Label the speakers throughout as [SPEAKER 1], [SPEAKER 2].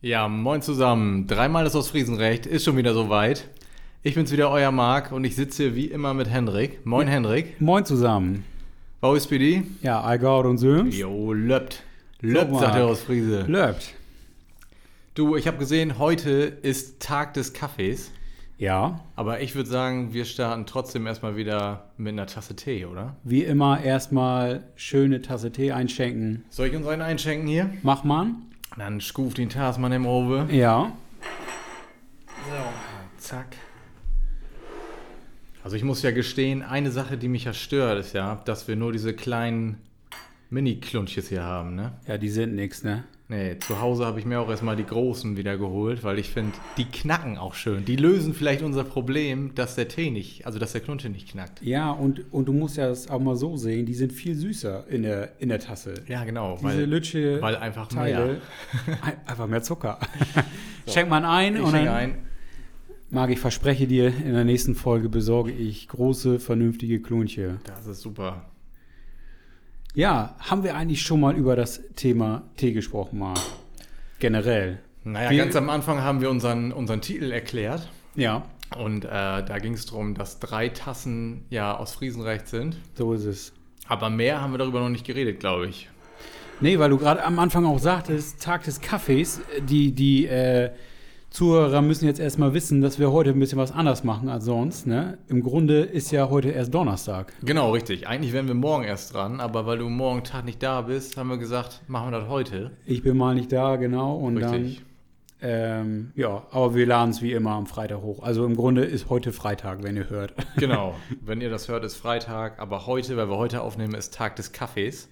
[SPEAKER 1] Ja, moin zusammen. Dreimal das Ostfriesenrecht ist schon wieder soweit. Ich bin's wieder, euer Marc, und ich sitze hier wie immer mit Hendrik. Moin, Hendrik.
[SPEAKER 2] Moin zusammen.
[SPEAKER 1] Bau SPD?
[SPEAKER 2] Ja, Allgäu und Söms.
[SPEAKER 1] Jo, löppt. Löppt,
[SPEAKER 2] Marc.
[SPEAKER 1] sagt der Ostfriese.
[SPEAKER 2] Löbt.
[SPEAKER 1] Du, ich habe gesehen, heute ist Tag des Kaffees.
[SPEAKER 2] Ja,
[SPEAKER 1] Aber ich würde sagen, wir starten trotzdem erstmal wieder mit einer Tasse Tee, oder?
[SPEAKER 2] wie immer erstmal schöne Tasse Tee einschenken.
[SPEAKER 1] Soll ich uns einen einschenken hier?
[SPEAKER 2] Mach man?
[SPEAKER 1] Dann schuf den Tasman im Owe.
[SPEAKER 2] Ja.
[SPEAKER 1] Zack. Also ich muss ja gestehen, eine Sache, die mich ja stört, ist ja, dass wir nur diese kleinen Mini-Klunches hier haben, ne?
[SPEAKER 2] Ja, die sind nix, ne?
[SPEAKER 1] Nee, zu Hause habe ich mir auch erstmal die großen wieder geholt, weil ich finde, die knacken auch schön. Die lösen vielleicht unser Problem, dass der Tee nicht, also dass der Klunsche nicht knackt.
[SPEAKER 2] Ja, und, und du musst ja das auch mal so sehen, die sind viel süßer in der, in der Tasse.
[SPEAKER 1] Ja, genau.
[SPEAKER 2] Diese
[SPEAKER 1] Weil,
[SPEAKER 2] Lütsche
[SPEAKER 1] weil einfach
[SPEAKER 2] Teile.
[SPEAKER 1] mehr.
[SPEAKER 2] Ein- Einfach mehr Zucker. Schenk man ein
[SPEAKER 1] Ich
[SPEAKER 2] und dann
[SPEAKER 1] schenke ein.
[SPEAKER 2] mag ich verspreche dir, in der nächsten Folge besorge ich große, vernünftige Klonche.
[SPEAKER 1] Das ist super.
[SPEAKER 2] Ja, haben wir eigentlich schon mal über das Thema Tee gesprochen, Marc? Generell.
[SPEAKER 1] Naja,
[SPEAKER 2] Wie-
[SPEAKER 1] ganz am Anfang haben wir unseren, unseren Titel erklärt.
[SPEAKER 2] Ja,
[SPEAKER 1] Und äh, da ging es darum, dass drei Tassen ja aus Friesenrecht sind.
[SPEAKER 2] so ist es.
[SPEAKER 1] Aber mehr haben wir darüber noch nicht geredet, glaube ich.
[SPEAKER 2] Nee, weil du gerade am Anfang auch sagtest, Tag des Kaffees, die, die äh, Zuhörer müssen jetzt erstmal wissen, dass wir heute ein bisschen was anders machen als sonst. Ne? Im Grunde ist ja heute erst Donnerstag.
[SPEAKER 1] Genau, richtig. Eigentlich wären wir morgen erst dran, aber weil du morgen Tag nicht da bist, haben wir gesagt, machen wir das heute.
[SPEAKER 2] Ich bin mal nicht da, genau. Und
[SPEAKER 1] Richtig.
[SPEAKER 2] dann, ähm, ja, aber wir laden es wie immer am Freitag hoch. Also im Grunde ist heute Freitag, wenn ihr hört.
[SPEAKER 1] Genau. Wenn ihr das hört, ist Freitag, aber heute, weil wir heute aufnehmen, ist Tag des Kaffees.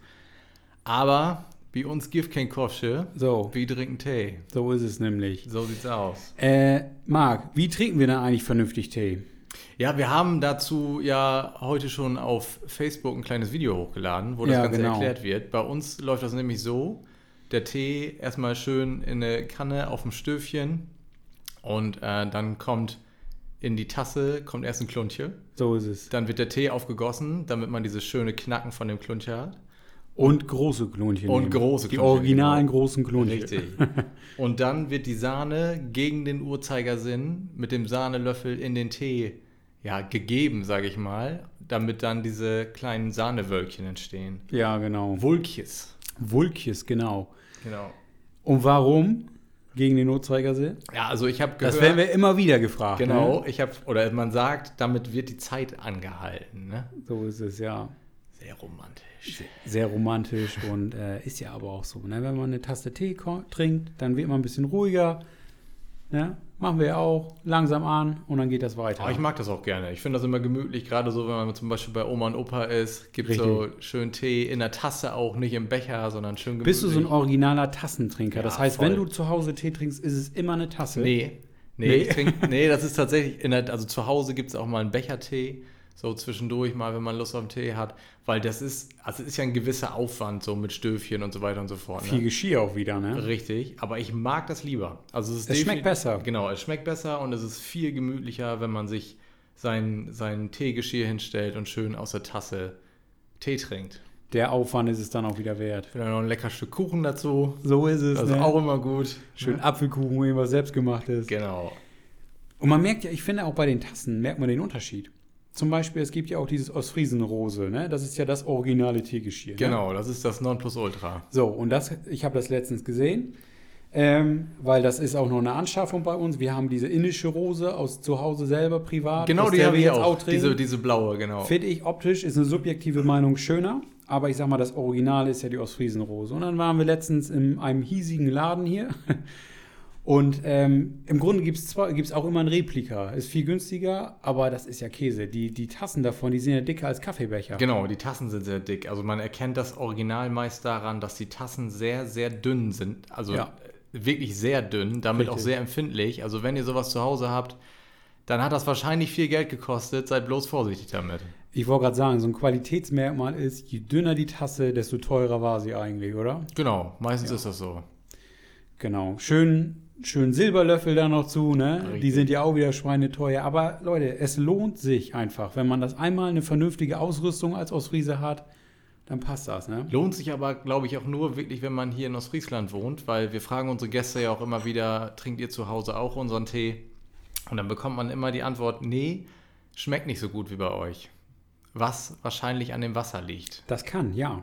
[SPEAKER 1] Aber bei uns gibt kein Kofsche.
[SPEAKER 2] So,
[SPEAKER 1] Wir trinken Tee.
[SPEAKER 2] so ist es nämlich.
[SPEAKER 1] So sieht's aus.
[SPEAKER 2] Äh, Marc, wie trinken wir denn eigentlich vernünftig Tee?
[SPEAKER 1] Ja, wir haben dazu ja heute schon auf Facebook ein kleines Video hochgeladen, wo das
[SPEAKER 2] Ja,
[SPEAKER 1] Ganze
[SPEAKER 2] genau.
[SPEAKER 1] erklärt wird. Bei uns läuft das nämlich so: der Tee erstmal schön in eine Kanne auf dem Stöfchen und äh, dann kommt in die Tasse kommt erst ein Kluntje.
[SPEAKER 2] So ist es.
[SPEAKER 1] Dann wird der Tee aufgegossen, damit man dieses schöne Knacken von dem Kluntje hat.
[SPEAKER 2] Und große Klonchen.
[SPEAKER 1] Und
[SPEAKER 2] nehmen.
[SPEAKER 1] große
[SPEAKER 2] Die
[SPEAKER 1] Klonchen,
[SPEAKER 2] originalen
[SPEAKER 1] genau.
[SPEAKER 2] großen Klonchen.
[SPEAKER 1] Richtig. Und dann wird die Sahne gegen den Uhrzeigersinn mit dem Sahnelöffel in den Tee ja, gegeben, sage ich mal, damit dann diese kleinen Sahnewölkchen entstehen.
[SPEAKER 2] Ja, genau.
[SPEAKER 1] Wulkis.
[SPEAKER 2] Vulkis, genau.
[SPEAKER 1] Genau.
[SPEAKER 2] Und warum gegen den Uhrzeigersinn?
[SPEAKER 1] Ja, also ich habe gehört.
[SPEAKER 2] Das werden wir immer wieder gefragt.
[SPEAKER 1] genau,
[SPEAKER 2] Ne?
[SPEAKER 1] ich habe, oder man sagt, damit wird die Zeit angehalten. Ne?
[SPEAKER 2] So ist es, ja.
[SPEAKER 1] Sehr romantisch.
[SPEAKER 2] Sehr romantisch und äh, ist ja aber auch so. Ne? Wenn man eine Tasse Tee ko- trinkt, dann wird man ein bisschen ruhiger. Ne? Machen wir auch langsam an und dann geht das weiter.
[SPEAKER 1] Aber Oh, ich mag das auch gerne. Ich finde das immer gemütlich, gerade so, wenn man zum Beispiel bei Oma und Opa ist, gibt so schön Tee in der Tasse auch, nicht im Becher, sondern schön gemütlich.
[SPEAKER 2] Bist du so ein originaler Tassentrinker?
[SPEAKER 1] Ja,
[SPEAKER 2] das heißt,
[SPEAKER 1] voll.
[SPEAKER 2] wenn du zu Hause Tee trinkst, ist es immer eine Tasse.
[SPEAKER 1] Nee. Nee,
[SPEAKER 2] Nee.
[SPEAKER 1] Ich trink, nee, das ist tatsächlich, in der, also zu Hause gibt es auch mal einen Bechertee, so zwischendurch mal, wenn man Lust auf Tee hat, weil das ist, also es ist ja ein gewisser Aufwand, so mit Stöfchen und so weiter und so fort.
[SPEAKER 2] Viel
[SPEAKER 1] Ne?
[SPEAKER 2] Geschirr auch wieder, ne?
[SPEAKER 1] Richtig, aber ich mag das lieber. Also es, ist
[SPEAKER 2] Es
[SPEAKER 1] defini-
[SPEAKER 2] schmeckt besser.
[SPEAKER 1] Genau, es schmeckt besser und es ist viel gemütlicher, wenn man sich sein, sein Teegeschirr hinstellt und schön aus der Tasse Tee trinkt.
[SPEAKER 2] Der Aufwand ist es dann auch wieder wert.
[SPEAKER 1] Vielleicht noch ein leckeres Stück Kuchen dazu,
[SPEAKER 2] So ist es.
[SPEAKER 1] das ist
[SPEAKER 2] ne?
[SPEAKER 1] auch immer gut.
[SPEAKER 2] Schön Apfelkuchen, irgendwas selbstgemachtes.
[SPEAKER 1] Genau.
[SPEAKER 2] Und man merkt ja, ich finde auch bei den Tassen merkt man den Unterschied. Zum Beispiel, es gibt ja auch dieses Ostfriesenrose, ne? Das ist ja das originale Tiergeschirr. Ne?
[SPEAKER 1] Genau, das ist das Nonplusultra.
[SPEAKER 2] So, und das, ich habe das letztens gesehen, ähm, weil das ist auch noch eine Anschaffung bei uns. Wir haben diese indische Rose aus zu Hause selber privat.
[SPEAKER 1] Genau,
[SPEAKER 2] aus
[SPEAKER 1] die
[SPEAKER 2] der
[SPEAKER 1] habe
[SPEAKER 2] wir
[SPEAKER 1] ich
[SPEAKER 2] jetzt
[SPEAKER 1] auch.
[SPEAKER 2] auch trinken.
[SPEAKER 1] diese, diese blaue, genau.
[SPEAKER 2] Oh. Finde ich optisch, ist eine subjektive Meinung schöner, aber ich sag mal, das Original ist ja die Ostfriesenrose. Und dann waren wir letztens in einem hiesigen Laden hier. Und ähm, im Grunde gibt es gibt's auch immer ein Replika. Ist viel günstiger, aber das ist ja Käse. Die, die Tassen davon, die sind ja dicker als Kaffeebecher.
[SPEAKER 1] Genau, die Tassen sind sehr dick. Also man erkennt das Original meist daran, dass die Tassen sehr, sehr dünn sind. Also
[SPEAKER 2] Ja.
[SPEAKER 1] äh, wirklich sehr dünn, damit auch
[SPEAKER 2] Richtig.
[SPEAKER 1] sehr empfindlich. Also wenn ihr sowas zu Hause habt, dann hat das wahrscheinlich viel Geld gekostet. Seid bloß vorsichtig damit.
[SPEAKER 2] Ich wollte gerade sagen, so ein Qualitätsmerkmal ist, je dünner die Tasse, desto teurer war sie eigentlich, oder?
[SPEAKER 1] Genau, meistens ist das so.
[SPEAKER 2] Genau. Schön, schön Silberlöffel da noch zu, ne?
[SPEAKER 1] Richtig.
[SPEAKER 2] Die sind ja auch wieder schweineteuer. Aber Leute, es lohnt sich einfach, wenn man das einmal eine vernünftige Ausrüstung als Ostfriese hat, dann passt das, ne?
[SPEAKER 1] Lohnt sich aber, glaube ich, auch nur wirklich, wenn man hier in Ostfriesland wohnt, weil wir fragen unsere Gäste ja auch immer wieder, trinkt ihr zu Hause auch unseren Tee? Und dann bekommt man immer die Antwort, nee, schmeckt nicht so gut wie bei euch. Was wahrscheinlich an dem Wasser liegt.
[SPEAKER 2] Das kann, ja.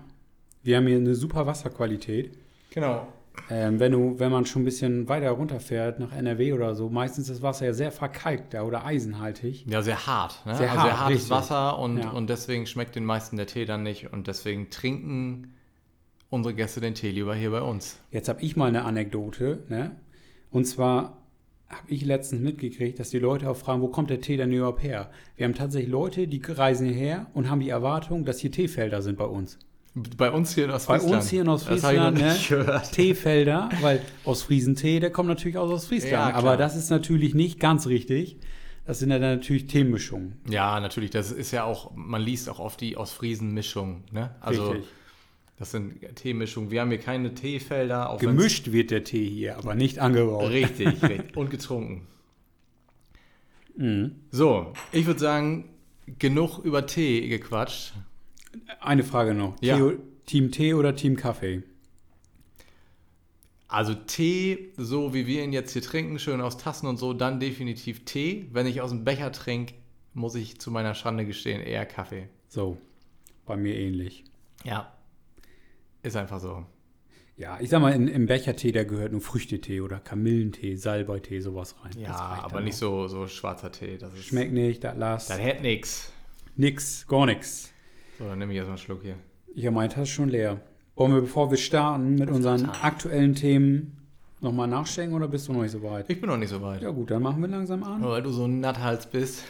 [SPEAKER 2] Wir haben hier eine super Wasserqualität.
[SPEAKER 1] Genau.
[SPEAKER 2] Ähm, wenn, du, wenn man schon ein bisschen weiter runterfährt nach NRW oder so, meistens ist das Wasser ja sehr verkalkt da oder eisenhaltig.
[SPEAKER 1] Ja, sehr hart. Ne?
[SPEAKER 2] Sehr
[SPEAKER 1] also
[SPEAKER 2] hart,
[SPEAKER 1] sehr hartes
[SPEAKER 2] richtig.
[SPEAKER 1] Wasser und,
[SPEAKER 2] Ja.
[SPEAKER 1] und deswegen schmeckt den meisten der Tee dann nicht. Und deswegen trinken unsere Gäste den Tee lieber hier bei uns.
[SPEAKER 2] Jetzt habe ich mal eine Anekdote, ne? Und zwar habe ich letztens mitgekriegt, dass die Leute auch fragen, wo kommt der Tee denn überhaupt her? Wir haben tatsächlich Leute, die reisen hierher und haben die Erwartung, dass hier Teefelder sind bei uns.
[SPEAKER 1] Bei uns hier in
[SPEAKER 2] Bei
[SPEAKER 1] Ostfriesland.
[SPEAKER 2] uns hier in Ostfriesland,
[SPEAKER 1] Das habe ich noch nicht
[SPEAKER 2] ne?
[SPEAKER 1] gehört.
[SPEAKER 2] Teefelder, weil Ostfriesentee, der kommt natürlich aus
[SPEAKER 1] Ja,
[SPEAKER 2] Ostfriesland.
[SPEAKER 1] klar.
[SPEAKER 2] aber das ist natürlich nicht ganz richtig. Das sind ja dann natürlich Teemischungen.
[SPEAKER 1] Ja, natürlich. Das ist ja auch, man liest auch oft die Ostfriesen-Mischung. Ne? Also
[SPEAKER 2] Richtig.
[SPEAKER 1] das sind Teemischungen. Wir haben hier keine Teefelder. Auch wenn's-
[SPEAKER 2] Gemischt wird der Tee hier, aber nicht angebaut.
[SPEAKER 1] Richtig, richtig. Und getrunken.
[SPEAKER 2] Mhm.
[SPEAKER 1] So, ich würde sagen, genug über Tee gequatscht.
[SPEAKER 2] Eine Frage noch.
[SPEAKER 1] Ja.
[SPEAKER 2] Theo- Team Tee oder Team Kaffee?
[SPEAKER 1] Also Tee, so wie wir ihn jetzt hier trinken, schön aus Tassen und so, dann definitiv Tee. Wenn ich aus dem Becher trinke, muss ich zu meiner Schande gestehen, eher Kaffee.
[SPEAKER 2] So, bei mir ähnlich.
[SPEAKER 1] Ja. Ist einfach so.
[SPEAKER 2] Ja, ich sag mal, in, im Bechertee, da gehört nur Früchtetee oder Kamillentee, Salbeitee, sowas rein.
[SPEAKER 1] Ja,
[SPEAKER 2] Das reicht
[SPEAKER 1] aber
[SPEAKER 2] dann
[SPEAKER 1] nicht so,
[SPEAKER 2] auch.
[SPEAKER 1] so schwarzer Tee. Das ist,
[SPEAKER 2] Schmeckt nicht, das lasst.
[SPEAKER 1] Das hätte nix.
[SPEAKER 2] Nix, gar nix.
[SPEAKER 1] So, dann nehme ich erstmal einen Schluck hier.
[SPEAKER 2] Ja, meine Tasse ist schon leer. Wollen wir, bevor wir starten mit unseren aktuellen Themen, nochmal nachschenken oder bist du noch nicht so weit?
[SPEAKER 1] Ich bin noch nicht so weit.
[SPEAKER 2] Ja gut, dann machen wir langsam an.
[SPEAKER 1] Nur weil du so ein Natthals bist.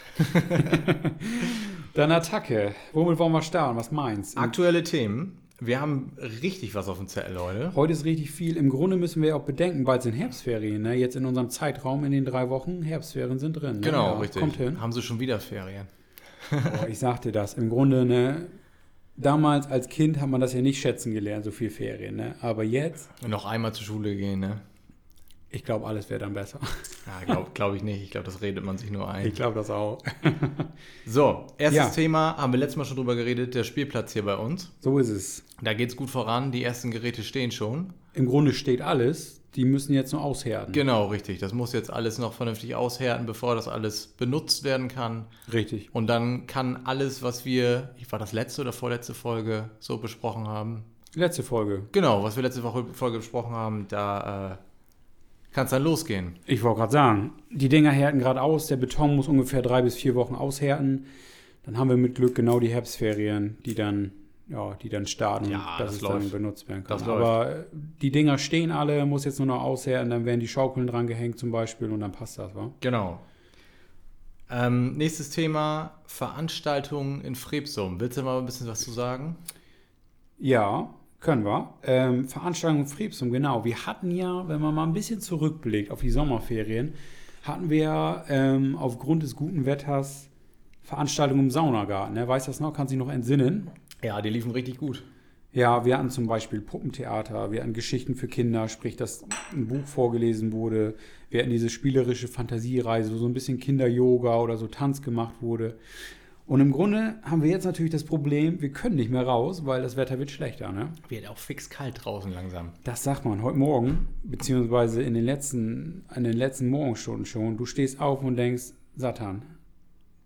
[SPEAKER 2] Dann Attacke. Womit wollen wir starten? Was meinst du?
[SPEAKER 1] Aktuelle Themen. Wir haben richtig was auf dem Zettel, Leute.
[SPEAKER 2] Heute ist richtig viel. Im Grunde müssen wir auch bedenken, bald sind Herbstferien. Ne? Jetzt in unserem Zeitraum in den drei Wochen, Herbstferien sind drin. Ne?
[SPEAKER 1] Genau,
[SPEAKER 2] ja,
[SPEAKER 1] richtig.
[SPEAKER 2] Kommt hin.
[SPEAKER 1] Haben sie schon wieder Ferien.
[SPEAKER 2] Boah, Oh, ich sagte das. Im Grunde, ne, damals als Kind hat man das ja nicht schätzen gelernt, so viel Ferien. Ne? Aber jetzt,
[SPEAKER 1] Und noch einmal zur Schule gehen, ne?
[SPEAKER 2] ich glaube, alles wäre dann besser.
[SPEAKER 1] Ja, glaube glaub ich nicht. Ich glaube, das redet man sich nur ein.
[SPEAKER 2] Ich glaube das auch.
[SPEAKER 1] So, erstes
[SPEAKER 2] Ja.
[SPEAKER 1] Thema, haben wir letztes Mal schon drüber geredet, der Spielplatz hier bei uns.
[SPEAKER 2] So ist es.
[SPEAKER 1] Da geht's gut voran, die ersten Geräte stehen schon.
[SPEAKER 2] Im Grunde steht alles. Die müssen jetzt nur aushärten.
[SPEAKER 1] Genau, richtig. Das muss jetzt alles noch vernünftig aushärten, bevor das alles benutzt werden kann.
[SPEAKER 2] Richtig.
[SPEAKER 1] Und dann kann alles, was wir, ich war das letzte oder vorletzte Folge so besprochen haben.
[SPEAKER 2] Letzte Folge.
[SPEAKER 1] Genau, was wir letzte Woche Folge besprochen haben, da äh, kann es dann losgehen.
[SPEAKER 2] Ich wollte gerade sagen, die Dinger härten gerade aus. Der Beton muss ungefähr drei bis vier Wochen aushärten. Dann haben wir mit Glück genau die Herbstferien, die dann, ja, die dann starten,
[SPEAKER 1] Ja,
[SPEAKER 2] dass
[SPEAKER 1] das
[SPEAKER 2] es dann
[SPEAKER 1] läuft.
[SPEAKER 2] benutzt werden kann.
[SPEAKER 1] Das läuft.
[SPEAKER 2] Aber äh, die Dinger stehen alle, muss jetzt nur noch aushärten. Dann werden die Schaukeln dran gehängt zum Beispiel und dann passt das, wa?
[SPEAKER 1] Genau. Ähm, nächstes Thema, Veranstaltungen in Frebsum. Willst du mal ein bisschen was zu sagen?
[SPEAKER 2] Ja, können wir. Ähm, Veranstaltung Frebsum, genau. Wir hatten ja, wenn man mal ein bisschen zurückblickt auf die Sommerferien, hatten wir ähm, aufgrund des guten Wetters Veranstaltungen im Saunagarten. Ne? Weißt du das noch? Kannst du dich noch entsinnen?
[SPEAKER 1] Ja, die liefen richtig gut.
[SPEAKER 2] Ja, wir hatten zum Beispiel Puppentheater, wir hatten Geschichten für Kinder, sprich, dass ein Buch vorgelesen wurde, wir hatten diese spielerische Fantasiereise, wo so ein bisschen Kinder-Yoga oder so Tanz gemacht wurde. Und im Grunde haben wir jetzt natürlich das Problem, wir können nicht mehr raus, weil das Wetter wird schlechter. Ne?
[SPEAKER 1] Wird auch fix kalt draußen langsam.
[SPEAKER 2] Das sagt man heute Morgen, beziehungsweise in den letzten, in den letzten Morgenstunden schon. Du stehst auf und denkst, Satan,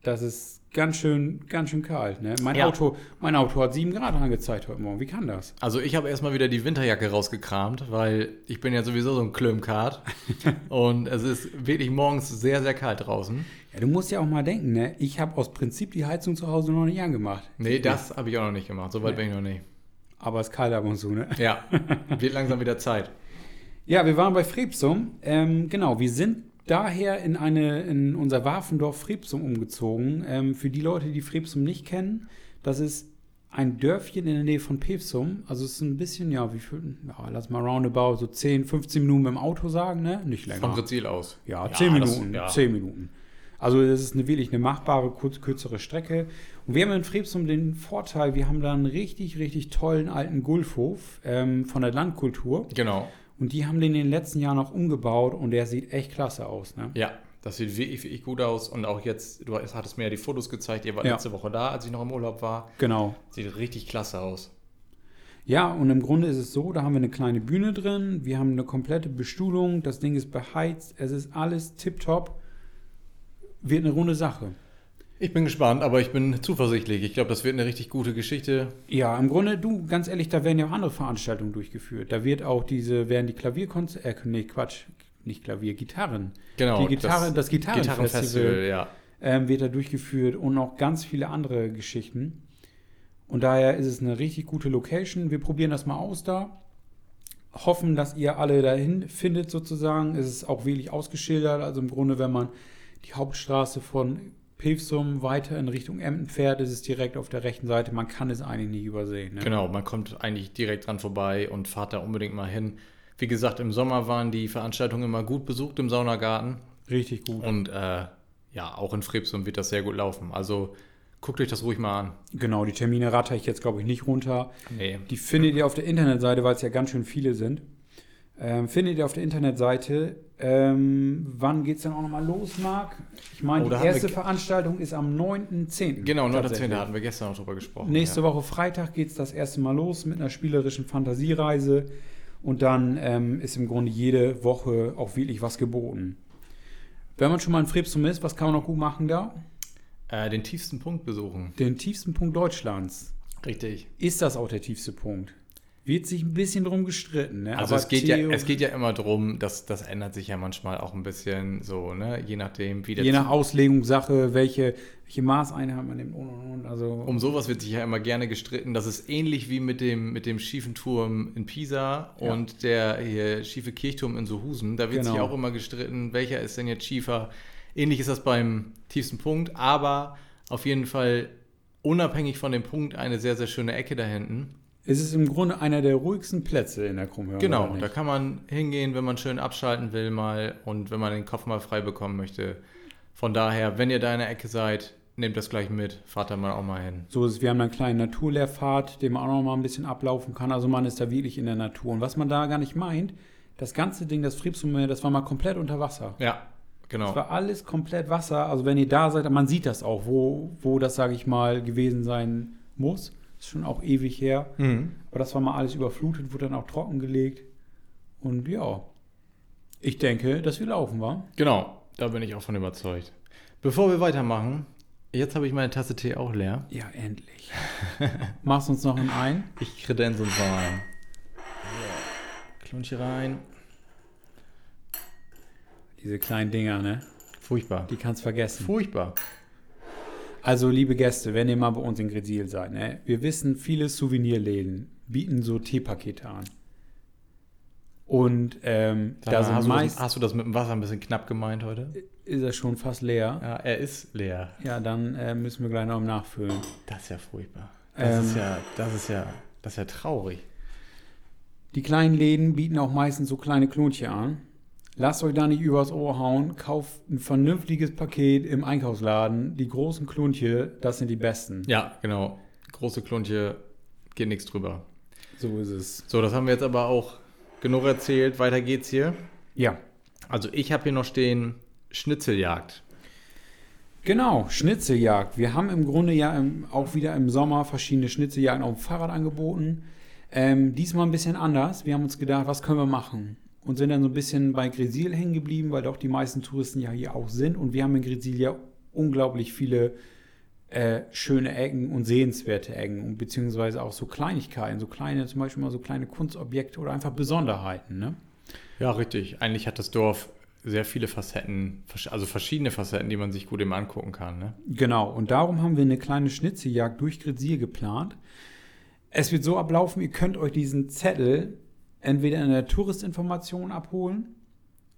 [SPEAKER 2] das ist ganz schön, ganz schön kalt. Ne? Mein,
[SPEAKER 1] Ja.
[SPEAKER 2] Auto, mein Auto hat 7 Grad angezeigt heute Morgen. Wie kann das?
[SPEAKER 1] Also ich habe erstmal wieder die Winterjacke rausgekramt, weil ich bin ja sowieso so ein Klömkart. und es ist wirklich morgens sehr, sehr kalt draußen.
[SPEAKER 2] Ja, du musst ja auch mal denken, ne? Ich habe aus Prinzip die Heizung zu Hause noch nicht angemacht.
[SPEAKER 1] Nee, das habe ich auch noch nicht gemacht. So weit bin ich noch nicht.
[SPEAKER 2] Aber es ist kalt ab und zu, ne?
[SPEAKER 1] Ja, wird langsam wieder Zeit.
[SPEAKER 2] Ja, wir waren bei Frebsum. Ähm, genau, wir sind daher in, eine, in unser Warfendorf Frebsum umgezogen. Ähm, für die Leute, die Frebsum nicht kennen, das ist ein Dörfchen in der Nähe von Pevsum. Also es ist ein bisschen, ja, wie viel, ja, lass mal roundabout so 10, 15 Minuten mit dem Auto sagen, ne? Nicht länger.
[SPEAKER 1] Von Rizil aus.
[SPEAKER 2] Ja, zehn
[SPEAKER 1] das-
[SPEAKER 2] Minuten.
[SPEAKER 1] ja.
[SPEAKER 2] Zehn Minuten. Also das ist eine, wirklich eine machbare, kurz, kürzere Strecke. Und wir haben in Frebsum den Vorteil, wir haben da einen richtig, richtig tollen alten Gulfhof ähm, von der Landkultur.
[SPEAKER 1] Genau.
[SPEAKER 2] Und die haben den in den letzten Jahren auch umgebaut und der sieht echt klasse aus. Ne?
[SPEAKER 1] Ja, das sieht wirklich, wirklich gut aus. Und auch jetzt, du hattest mir ja die Fotos gezeigt. Ihr wart
[SPEAKER 2] Ja.
[SPEAKER 1] letzte Woche da, als ich noch im Urlaub war.
[SPEAKER 2] Genau.
[SPEAKER 1] Sieht richtig klasse aus.
[SPEAKER 2] Ja, und im Grunde ist es so, da haben wir eine kleine Bühne drin, wir haben eine komplette Bestuhlung, das Ding ist beheizt, es ist alles tipptopp. Wird eine runde Sache.
[SPEAKER 1] Ich bin gespannt, aber ich bin zuversichtlich. Ich glaube, das wird eine richtig gute Geschichte.
[SPEAKER 2] Ja, im Grunde, du, ganz ehrlich, da werden ja auch andere Veranstaltungen durchgeführt. Da wird auch diese, werden die Klavierkonzerte, äh, nee, Quatsch, nicht Klavier, Gitarren.
[SPEAKER 1] Genau.
[SPEAKER 2] die Gitarre, das, Gitarrenfestival
[SPEAKER 1] Gitarrenfestival, ja.
[SPEAKER 2] ähm, wird da durchgeführt und auch ganz viele andere Geschichten. Und daher ist es eine richtig gute Location. Wir probieren das mal aus da. Hoffen, dass ihr alle dahin findet sozusagen. Es ist auch wirklich ausgeschildert. Also im Grunde, wenn man die Hauptstraße von Pilsum weiter in Richtung Emden fährt, ist es direkt auf der rechten Seite. Man kann es eigentlich nicht übersehen. Ne?
[SPEAKER 1] Genau, man kommt eigentlich direkt dran vorbei und fahrt da unbedingt mal hin. Wie gesagt, im Sommer waren die Veranstaltungen immer gut besucht im Saunagarten.
[SPEAKER 2] Richtig gut.
[SPEAKER 1] Und äh, ja, auch in Frebsum wird das sehr gut laufen. Also guckt euch das ruhig mal an.
[SPEAKER 2] Genau, die Termine ratter ich jetzt, glaube ich, nicht runter.
[SPEAKER 1] Nee.
[SPEAKER 2] Die findet ihr auf der Internetseite, weil es ja ganz schön viele sind. Ähm, findet ihr auf der Internetseite. Ähm, wann geht es dann auch nochmal los, Marc? Ich meine,
[SPEAKER 1] Oh, da
[SPEAKER 2] die
[SPEAKER 1] haben wir
[SPEAKER 2] erste
[SPEAKER 1] ge-
[SPEAKER 2] Veranstaltung ist am 9.10.
[SPEAKER 1] Genau, 9.10.
[SPEAKER 2] Tatsächlich.
[SPEAKER 1] hatten wir gestern noch drüber gesprochen.
[SPEAKER 2] Nächste
[SPEAKER 1] ja.
[SPEAKER 2] Woche Freitag geht es das erste Mal los mit einer spielerischen Fantasiereise. Und dann ähm, ist im Grunde jede Woche auch wirklich was geboten. Wenn man schon mal in Frebsum ist, was kann man noch gut machen da?
[SPEAKER 1] Äh, den tiefsten Punkt besuchen.
[SPEAKER 2] Den tiefsten Punkt Deutschlands.
[SPEAKER 1] Richtig.
[SPEAKER 2] Ist das auch der tiefste Punkt? Wird sich ein bisschen drum gestritten. Ne?
[SPEAKER 1] Also
[SPEAKER 2] Aber
[SPEAKER 1] es geht, ja,
[SPEAKER 2] Theo-
[SPEAKER 1] es geht ja immer drum, dass das ändert sich ja manchmal auch ein bisschen so, ne? Je nachdem, wie der
[SPEAKER 2] Je nach Auslegungssache, welche, welche Maßeinheit man nimmt und und und. Also,
[SPEAKER 1] Um sowas wird sich ja immer gerne gestritten. Das ist ähnlich wie mit dem, mit dem schiefen Turm in Pisa
[SPEAKER 2] Ja.
[SPEAKER 1] und der hier, schiefe Kirchturm in Sohusen. Da wird sich
[SPEAKER 2] Genau.
[SPEAKER 1] auch immer gestritten, welcher ist denn jetzt schiefer. Ähnlich ist das beim tiefsten Punkt, aber auf jeden Fall unabhängig von dem Punkt eine sehr, sehr schöne Ecke da hinten.
[SPEAKER 2] es ist im Grunde einer der ruhigsten Plätze in der Krummhörner.
[SPEAKER 1] genau,
[SPEAKER 2] oder
[SPEAKER 1] da
[SPEAKER 2] nicht?
[SPEAKER 1] kann man hingehen, wenn man schön abschalten will mal und wenn man den Kopf mal frei bekommen möchte. Von daher, wenn ihr da in der Ecke seid, nehmt das gleich mit, fahrt da mal auch mal hin.
[SPEAKER 2] So ist, es. wir haben einen kleinen Naturlehrpfad, den man auch noch mal ein bisschen ablaufen kann. Also man ist da wirklich in der Natur. Und was man da gar nicht meint, das ganze Ding, das Friebsumme, das war mal komplett unter Wasser.
[SPEAKER 1] Ja, genau.
[SPEAKER 2] Das war alles komplett Wasser. Also wenn ihr da seid, man sieht das auch, wo, wo das, sage ich mal, gewesen sein muss. Ist schon auch ewig her.
[SPEAKER 1] Mhm.
[SPEAKER 2] Aber das war mal alles überflutet, wurde dann auch trockengelegt. Und ja, ich denke, dass wir laufen, war.
[SPEAKER 1] Genau, da bin ich auch von überzeugt. Bevor wir weitermachen, jetzt habe ich meine Tasse Tee auch leer.
[SPEAKER 2] Ja, endlich. Machst uns noch einen ein?
[SPEAKER 1] Ich kredenz uns mal ein. Klunche rein.
[SPEAKER 2] Diese kleinen Dinger, ne?
[SPEAKER 1] Furchtbar.
[SPEAKER 2] Die kannst vergessen.
[SPEAKER 1] Furchtbar.
[SPEAKER 2] Also, liebe Gäste, wenn ihr mal bei uns in Gresil seid, ne? wir wissen, viele Souvenirläden bieten so Teepakete an. Und ähm, da
[SPEAKER 1] Sag mal, hast,
[SPEAKER 2] sind
[SPEAKER 1] du das,
[SPEAKER 2] meist, Äh.
[SPEAKER 1] hast du das mit dem Wasser ein bisschen knapp gemeint heute?
[SPEAKER 2] ist er schon fast leer.
[SPEAKER 1] Ja, er ist leer.
[SPEAKER 2] Ja, dann äh, müssen wir gleich noch nachfüllen.
[SPEAKER 1] Das ist ja furchtbar. Das
[SPEAKER 2] Ähm.
[SPEAKER 1] ist ja, das ist ja, das ist ja traurig.
[SPEAKER 2] Die kleinen Läden bieten auch meistens so kleine Klonchen an. Lasst euch da nicht übers Ohr hauen, kauft ein vernünftiges Paket im Einkaufsladen. Die großen Klonchen, das sind die besten.
[SPEAKER 1] Ja, genau. Große Klunche, geht nichts drüber.
[SPEAKER 2] So ist es.
[SPEAKER 1] So, das haben wir jetzt aber auch genug erzählt. Weiter geht's hier.
[SPEAKER 2] Ja.
[SPEAKER 1] Also ich habe hier noch stehen Schnitzeljagd.
[SPEAKER 2] Genau, Schnitzeljagd. Wir haben im Grunde ja im, auch wieder im Sommer verschiedene Schnitzeljagden auf dem Fahrrad angeboten. Ähm, diesmal ein bisschen anders. Wir haben uns gedacht, was können wir machen? Und sind dann so ein bisschen bei Gresil hängen geblieben, weil doch die meisten Touristen ja hier auch sind. Und wir haben in Gresil ja unglaublich viele äh, schöne Ecken und sehenswerte Ecken und beziehungsweise auch so Kleinigkeiten, so kleine, zum Beispiel mal so kleine Kunstobjekte oder einfach Besonderheiten. Ne?
[SPEAKER 1] Ja, richtig. Eigentlich hat das Dorf sehr viele Facetten, versch- also verschiedene Facetten, die man sich gut eben angucken kann. Ne?
[SPEAKER 2] Genau, und darum haben wir eine kleine Schnitzeljagd durch Grisier geplant. Es wird so ablaufen, ihr könnt euch diesen Zettel entweder in der Touristinformation abholen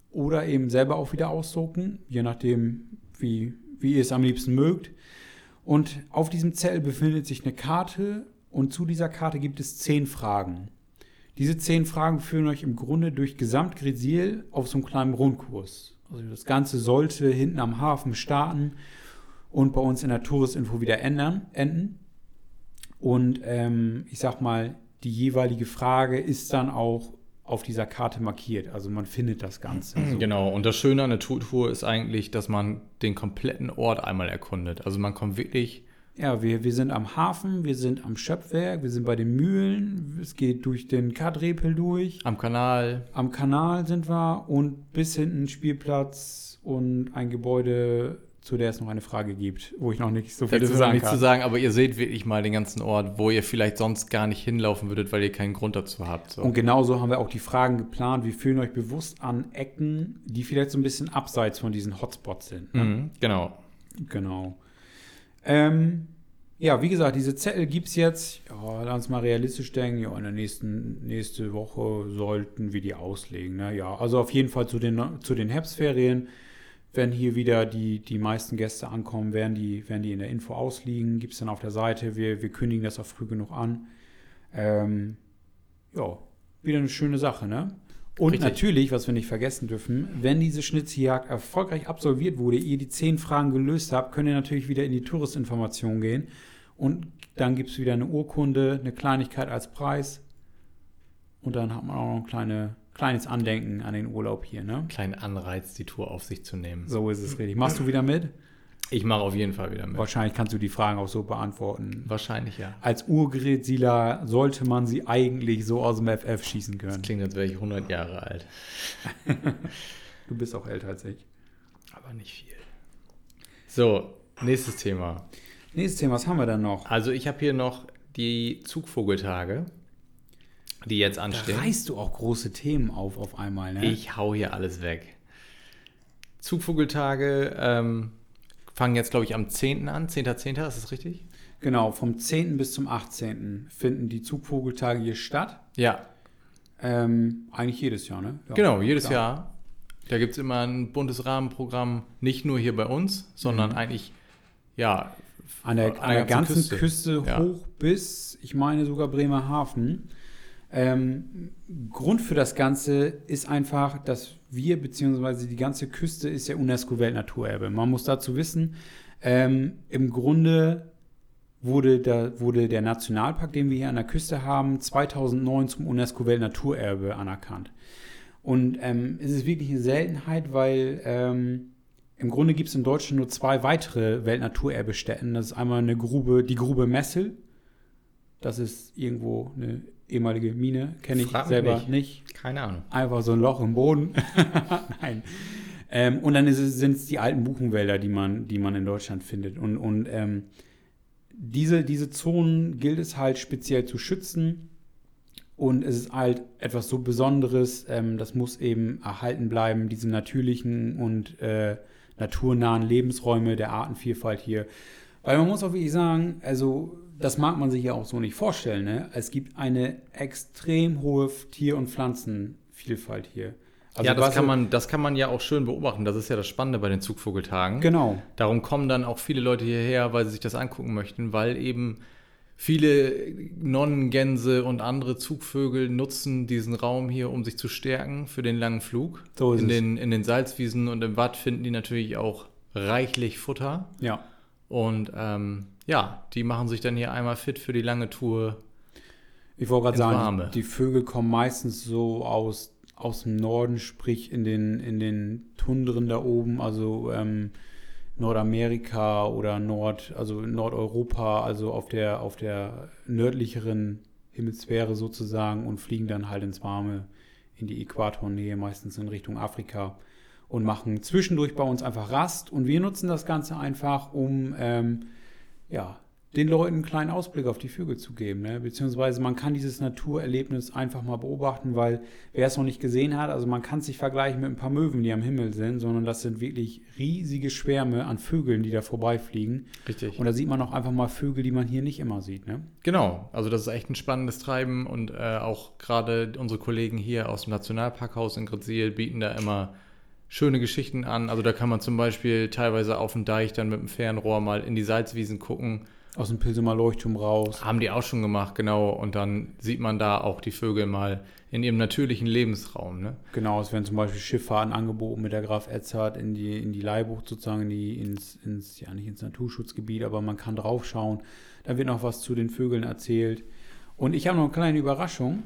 [SPEAKER 2] oder eben selber auch wieder ausdrucken, je nachdem, wie, wie ihr es am liebsten mögt. Und auf diesem Zettel befindet sich eine Karte und zu dieser Karte gibt es zehn Fragen. Diese zehn Fragen führen euch im Grunde durch gesamt Grisil auf so einem kleinen Rundkurs. Also das Ganze sollte hinten am Hafen starten und bei uns in der Touristinfo wieder ändern, enden. Und ähm, ich sag mal, die jeweilige Frage ist dann auch auf dieser Karte markiert. Also man findet das Ganze. So.
[SPEAKER 1] Genau. Und das Schöne an der Tour ist eigentlich, dass man den kompletten Ort einmal erkundet. Also man kommt wirklich
[SPEAKER 2] Ja, wir, wir sind am Hafen, wir sind am Schöpfwerk, wir sind bei den Mühlen, es geht durch den Kadrepel durch,
[SPEAKER 1] Am Kanal.
[SPEAKER 2] am Kanal sind wir und bis hinten Spielplatz und ein Gebäude, zu der es noch eine Frage gibt, wo ich noch nicht so viel
[SPEAKER 1] Fällt
[SPEAKER 2] zu
[SPEAKER 1] mir noch
[SPEAKER 2] sagen
[SPEAKER 1] nichts zu
[SPEAKER 2] kann.
[SPEAKER 1] sagen, aber ihr seht wirklich mal den ganzen Ort, wo ihr vielleicht sonst gar nicht hinlaufen würdet, weil ihr keinen Grund dazu habt. So.
[SPEAKER 2] Und genauso haben wir auch die Fragen geplant. Wir fühlen euch bewusst an Ecken, die vielleicht so ein bisschen abseits von diesen Hotspots sind. Ne?
[SPEAKER 1] Mhm, genau.
[SPEAKER 2] Genau. Ähm, ja, wie gesagt, diese Zettel gibt es jetzt. Ja, lass uns mal realistisch denken. Ja, in der nächsten nächste Woche sollten wir die auslegen. Ne? Ja, also auf jeden Fall zu den, zu den Herbstferien. Wenn hier wieder die, die meisten Gäste ankommen, werden die, werden die in der Info ausliegen. Gibt es dann auf der Seite. Wir, wir kündigen das auch früh genug an. Ähm, ja, wieder eine schöne Sache, ne? Und
[SPEAKER 1] Richtig.
[SPEAKER 2] natürlich, was wir nicht vergessen dürfen, wenn diese Schnitzeljagd erfolgreich absolviert wurde, ihr die zehn Fragen gelöst habt, könnt ihr natürlich wieder in die Touristinformation gehen. Und dann gibt es wieder eine Urkunde, eine Kleinigkeit als Preis. Und dann hat man auch noch ein kleine, kleines Andenken an den Urlaub hier, ne?
[SPEAKER 1] Kleinen Anreiz, die Tour auf sich zu nehmen.
[SPEAKER 2] So ist es richtig. Machst du wieder mit?
[SPEAKER 1] Ich mache auf jeden Fall wieder mit.
[SPEAKER 2] Wahrscheinlich kannst du die Fragen auch so beantworten.
[SPEAKER 1] Wahrscheinlich ja.
[SPEAKER 2] Als Urgerät-Sieler sollte man sie eigentlich so aus dem FF schießen können.
[SPEAKER 1] Klingt, als wäre ich 100 Jahre alt.
[SPEAKER 2] Du bist auch älter als ich.
[SPEAKER 1] Aber nicht viel. So, nächstes Thema.
[SPEAKER 2] Nächstes Thema, was haben wir dann noch?
[SPEAKER 1] Also ich habe hier noch die Zugvogeltage, die jetzt
[SPEAKER 2] Da
[SPEAKER 1] anstehen.
[SPEAKER 2] reißt du auch große Themen auf auf einmal, ne?
[SPEAKER 1] Ich hau hier alles weg. Zugvogeltage ähm, fangen jetzt, glaube ich, am 10. an. 10.10., ist das richtig?
[SPEAKER 2] Genau, vom 10. bis zum 18. finden die Zugvogeltage hier statt.
[SPEAKER 1] Ja,
[SPEAKER 2] Ähm, eigentlich jedes Jahr, ne? Ja,
[SPEAKER 1] genau, jedes
[SPEAKER 2] klar.
[SPEAKER 1] Jahr. Da gibt es immer ein buntes Rahmenprogramm, nicht nur hier bei uns, sondern eigentlich, ja,
[SPEAKER 2] An der, an der ganzen Küste,
[SPEAKER 1] Ja.
[SPEAKER 2] hoch bis, ich meine sogar Bremerhaven. Ähm, Grund für das Ganze ist einfach, dass wir, beziehungsweise die ganze Küste ist ja UNESCO-Weltnaturerbe. Man muss dazu wissen, ähm, im Grunde wurde der, wurde der Nationalpark, den wir hier an der Küste haben, 2009 zum UNESCO-Weltnaturerbe anerkannt. Und ähm, es ist wirklich eine Seltenheit, weil ähm, im Grunde gibt es in Deutschland nur zwei weitere Weltnaturerbestätten. Das ist einmal eine Grube, die Grube Messel. Das ist irgendwo eine ehemalige Mine, kenne ich
[SPEAKER 1] Frag mich
[SPEAKER 2] selber
[SPEAKER 1] nicht.
[SPEAKER 2] nicht.
[SPEAKER 1] keine Ahnung.
[SPEAKER 2] Einfach so ein Loch im Boden. Nein. Ähm, und dann sind es die alten Buchenwälder, die man, die man in Deutschland findet. Und, und ähm, diese, diese Zonen gilt es halt speziell zu schützen. Und es ist halt etwas so Besonderes, ähm, das muss eben erhalten bleiben, diese natürlichen und äh, naturnahen Lebensräume der Artenvielfalt hier. Weil man muss auch wirklich sagen, also das mag man sich ja auch so nicht vorstellen. Ne? Es gibt eine extrem hohe Tier- und Pflanzenvielfalt hier. Also
[SPEAKER 1] ja, das
[SPEAKER 2] was-
[SPEAKER 1] kann, man, das kann man ja auch schön beobachten. Das ist ja das Spannende bei den Zugvogeltagen.
[SPEAKER 2] Genau.
[SPEAKER 1] Darum kommen dann auch viele Leute hierher, weil sie sich das angucken möchten, weil eben viele Nonnengänse und andere Zugvögel nutzen diesen Raum hier, um sich zu stärken für den langen Flug.
[SPEAKER 2] So ist
[SPEAKER 1] in,
[SPEAKER 2] es.
[SPEAKER 1] den, in den Salzwiesen und im Watt finden die natürlich auch reichlich Futter.
[SPEAKER 2] Ja.
[SPEAKER 1] Und ähm, ja, die machen sich dann hier einmal fit für die lange Tour.
[SPEAKER 2] Ich wollte gerade
[SPEAKER 1] Ins
[SPEAKER 2] sagen,
[SPEAKER 1] Warme.
[SPEAKER 2] die, die Vögel kommen meistens so aus, aus dem Norden, sprich in den, in den Tundren da oben, also ähm, Nordamerika oder Nord, also Nordeuropa, also auf der, auf der nördlicheren Hemisphäre sozusagen und fliegen dann halt ins Warme, in die Äquatornähe, meistens in Richtung Afrika und machen zwischendurch bei uns einfach Rast und wir nutzen das Ganze einfach, um ähm, ja, den Leuten einen kleinen Ausblick auf die Vögel zu geben. Ne? Beziehungsweise man kann dieses Naturerlebnis einfach mal beobachten, weil wer es noch nicht gesehen hat, also man kann es nicht vergleichen mit ein paar Möwen, die am Himmel sind, sondern das sind wirklich riesige Schwärme an Vögeln, die da vorbeifliegen.
[SPEAKER 1] Richtig.
[SPEAKER 2] Und da sieht man auch einfach mal Vögel, die man hier nicht immer sieht. Ne?
[SPEAKER 1] Genau, also das ist echt ein spannendes Treiben und äh, auch gerade unsere Kollegen hier aus dem Nationalparkhaus in Grenzil bieten da immer schöne Geschichten an. Also da kann man zum Beispiel teilweise auf dem Deich dann mit dem Fernrohr mal in die Salzwiesen gucken.
[SPEAKER 2] Aus dem Pilsumer Leuchtturm raus.
[SPEAKER 1] Haben die auch schon gemacht, genau. Und dann sieht man da auch die Vögel mal in ihrem natürlichen Lebensraum. Ne?
[SPEAKER 2] Genau, es werden zum Beispiel Schifffahrten angeboten mit der Graf Edzard in die, in die Leihbucht sozusagen, in die, ins, ins, ja nicht ins Naturschutzgebiet, aber man kann draufschauen. Da wird noch was zu den Vögeln erzählt. Und ich habe noch eine kleine Überraschung.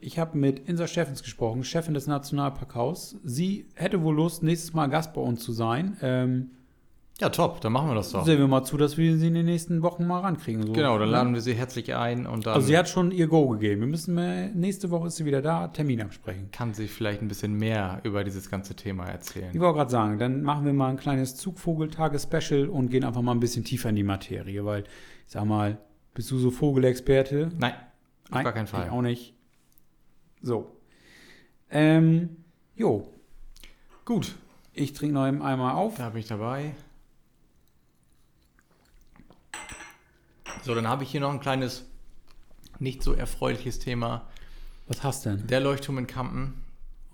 [SPEAKER 2] Ich habe mit Insa Steffens gesprochen, Chefin des Nationalparkhaus. Sie hätte wohl Lust, nächstes Mal Gast bei uns zu sein. Ähm,
[SPEAKER 1] Ja, top, dann machen wir das doch.
[SPEAKER 2] Sehen wir mal zu, dass wir sie in den nächsten Wochen mal rankriegen. So. Ne?
[SPEAKER 1] Genau, dann laden wir sie herzlich ein und dann
[SPEAKER 2] Also sie hat schon ihr Go gegeben. Wir müssen äh, nächste Woche ist sie wieder da, Termin absprechen.
[SPEAKER 1] kann sie vielleicht ein bisschen mehr über dieses ganze Thema
[SPEAKER 2] Ich
[SPEAKER 1] erzählen.
[SPEAKER 2] wollte gerade sagen, dann machen wir mal ein kleines Zugvogeltage-Special und gehen einfach mal ein bisschen tiefer in die Materie, weil ich sag mal, bist du so Vogelexperte?
[SPEAKER 1] Nein, auf gar keinen
[SPEAKER 2] Ich
[SPEAKER 1] Fall.
[SPEAKER 2] auch nicht. So. Ähm, jo,
[SPEAKER 1] Gut,
[SPEAKER 2] ich trinke noch eben einmal auf.
[SPEAKER 1] da bin ich dabei. So, dann habe ich hier noch ein kleines, nicht so erfreuliches Thema.
[SPEAKER 2] Was hast du denn?
[SPEAKER 1] Der Leuchtturm in Kampen.